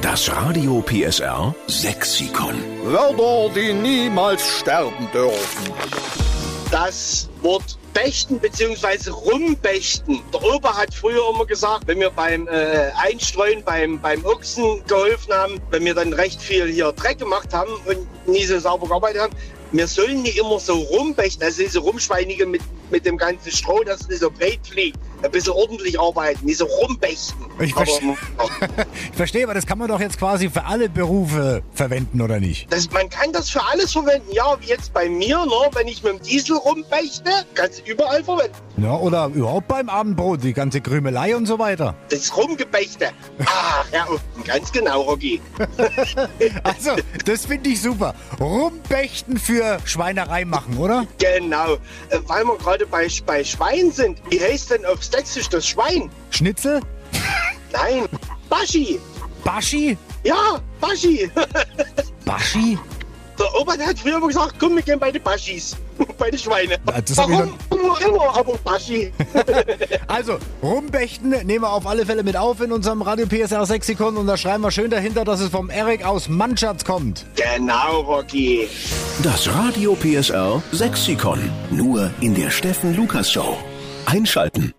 Das Radio PSR Sexikon. Wörter, die niemals sterben dürfen. das Wort Bechten bzw. Rumbechten. Der Opa hat früher immer gesagt, wenn wir beim äh, Einstreuen, beim, beim Ochsen geholfen haben, wenn wir dann recht viel hier Dreck gemacht haben und nie so sauber gearbeitet haben, wir sollen nicht immer so rumbechten, also diese Rumschweinige mit, mit dem ganzen Stroh, das nicht so breit fliegt. Ein bisschen ordentlich arbeiten, nicht so rumbechten. Ich Aber- verstehe. Ich verstehe, aber das kann man doch jetzt quasi für alle Berufe verwenden, oder nicht? Das, man kann das für alles verwenden. Ja, wie jetzt bei mir, ne? wenn ich mit dem Diesel rumbechte, kannst du überall verwenden. Ja, oder überhaupt beim Abendbrot, die ganze Krümelei und so weiter. Das Rumgebechte. Ach, ja, ganz genau, Rocky. Also, das finde ich super. Rumbechten für Schweinerei machen, oder? Genau, Äh, weil wir gerade bei, Sch- bei Schwein sind. Wie heißt denn auf Sächsisch das Schwein? Schnitzel? Nein, Baschi. Baschi? Ja, Baschi. Baschi? Der Opa der hat früher immer gesagt, komm, wir gehen bei den Baschis. bei den Schweinen. Ah, das hab ich Warum? Warum immer, aber Baschi. Also, Rumbechten nehmen wir auf alle Fälle mit auf in unserem Radio PSR Sexikon und da schreiben wir schön dahinter, dass es vom Erik aus Mannschatz kommt. genau, Rocky. Das Radio PSR Sexikon. Nur in der Steffen Lukas Show. Einschalten.